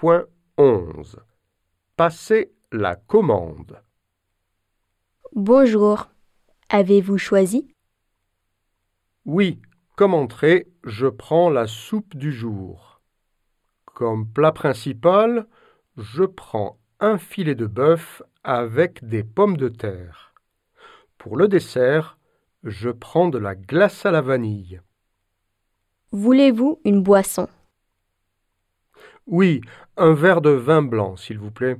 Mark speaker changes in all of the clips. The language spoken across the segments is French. Speaker 1: 8.11 Passer la commande.
Speaker 2: Bonjour. Avez-vous choisi
Speaker 1: Oui, comme entrée, je prends la soupe du jour. Comme plat principal, je prends un filet de bœuf avec des pommes de terre. Pour le dessert, je prends de la glace à la vanille.
Speaker 2: Voulez-vous une boisson
Speaker 1: Oui, un verre de vin blanc, s'il vous plaît.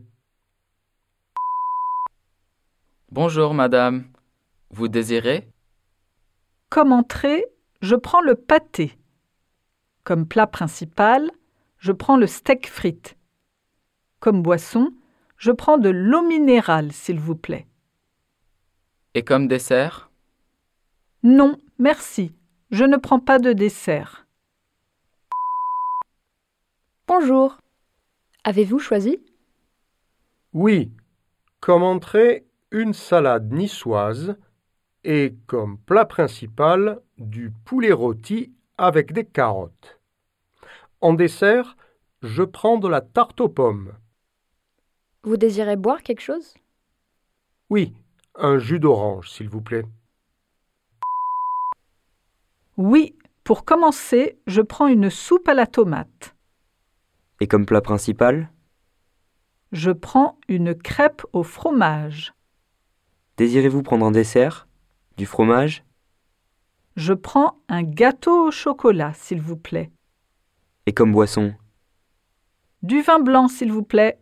Speaker 3: Bonjour madame. Vous désirez
Speaker 4: Comme entrée, je prends le pâté. Comme plat principal, je prends le steak frites. Comme boisson, je prends de l'eau minérale, s'il vous plaît.
Speaker 3: Et comme dessert
Speaker 4: Non, merci, je ne prends pas de dessert.
Speaker 2: Bonjour. Avez-vous choisi
Speaker 1: Oui, comme entrée, une salade niçoise et comme plat principal, du poulet rôti avec des carottes. En dessert, je prends de la tarte aux pommes.
Speaker 2: Vous désirez boire quelque chose
Speaker 1: Oui, un jus d'orange, s'il vous plaît.
Speaker 4: Oui, pour commencer, je prends une soupe à la tomate.
Speaker 5: Et comme plat principal,
Speaker 4: Je prends une crêpe au fromage.
Speaker 5: désirez-vous prendre en dessert du fromage
Speaker 4: Je prends un gâteau au chocolat, s'il vous plaît.
Speaker 5: et comme boisson
Speaker 4: Du vin blanc, s'il vous plaît.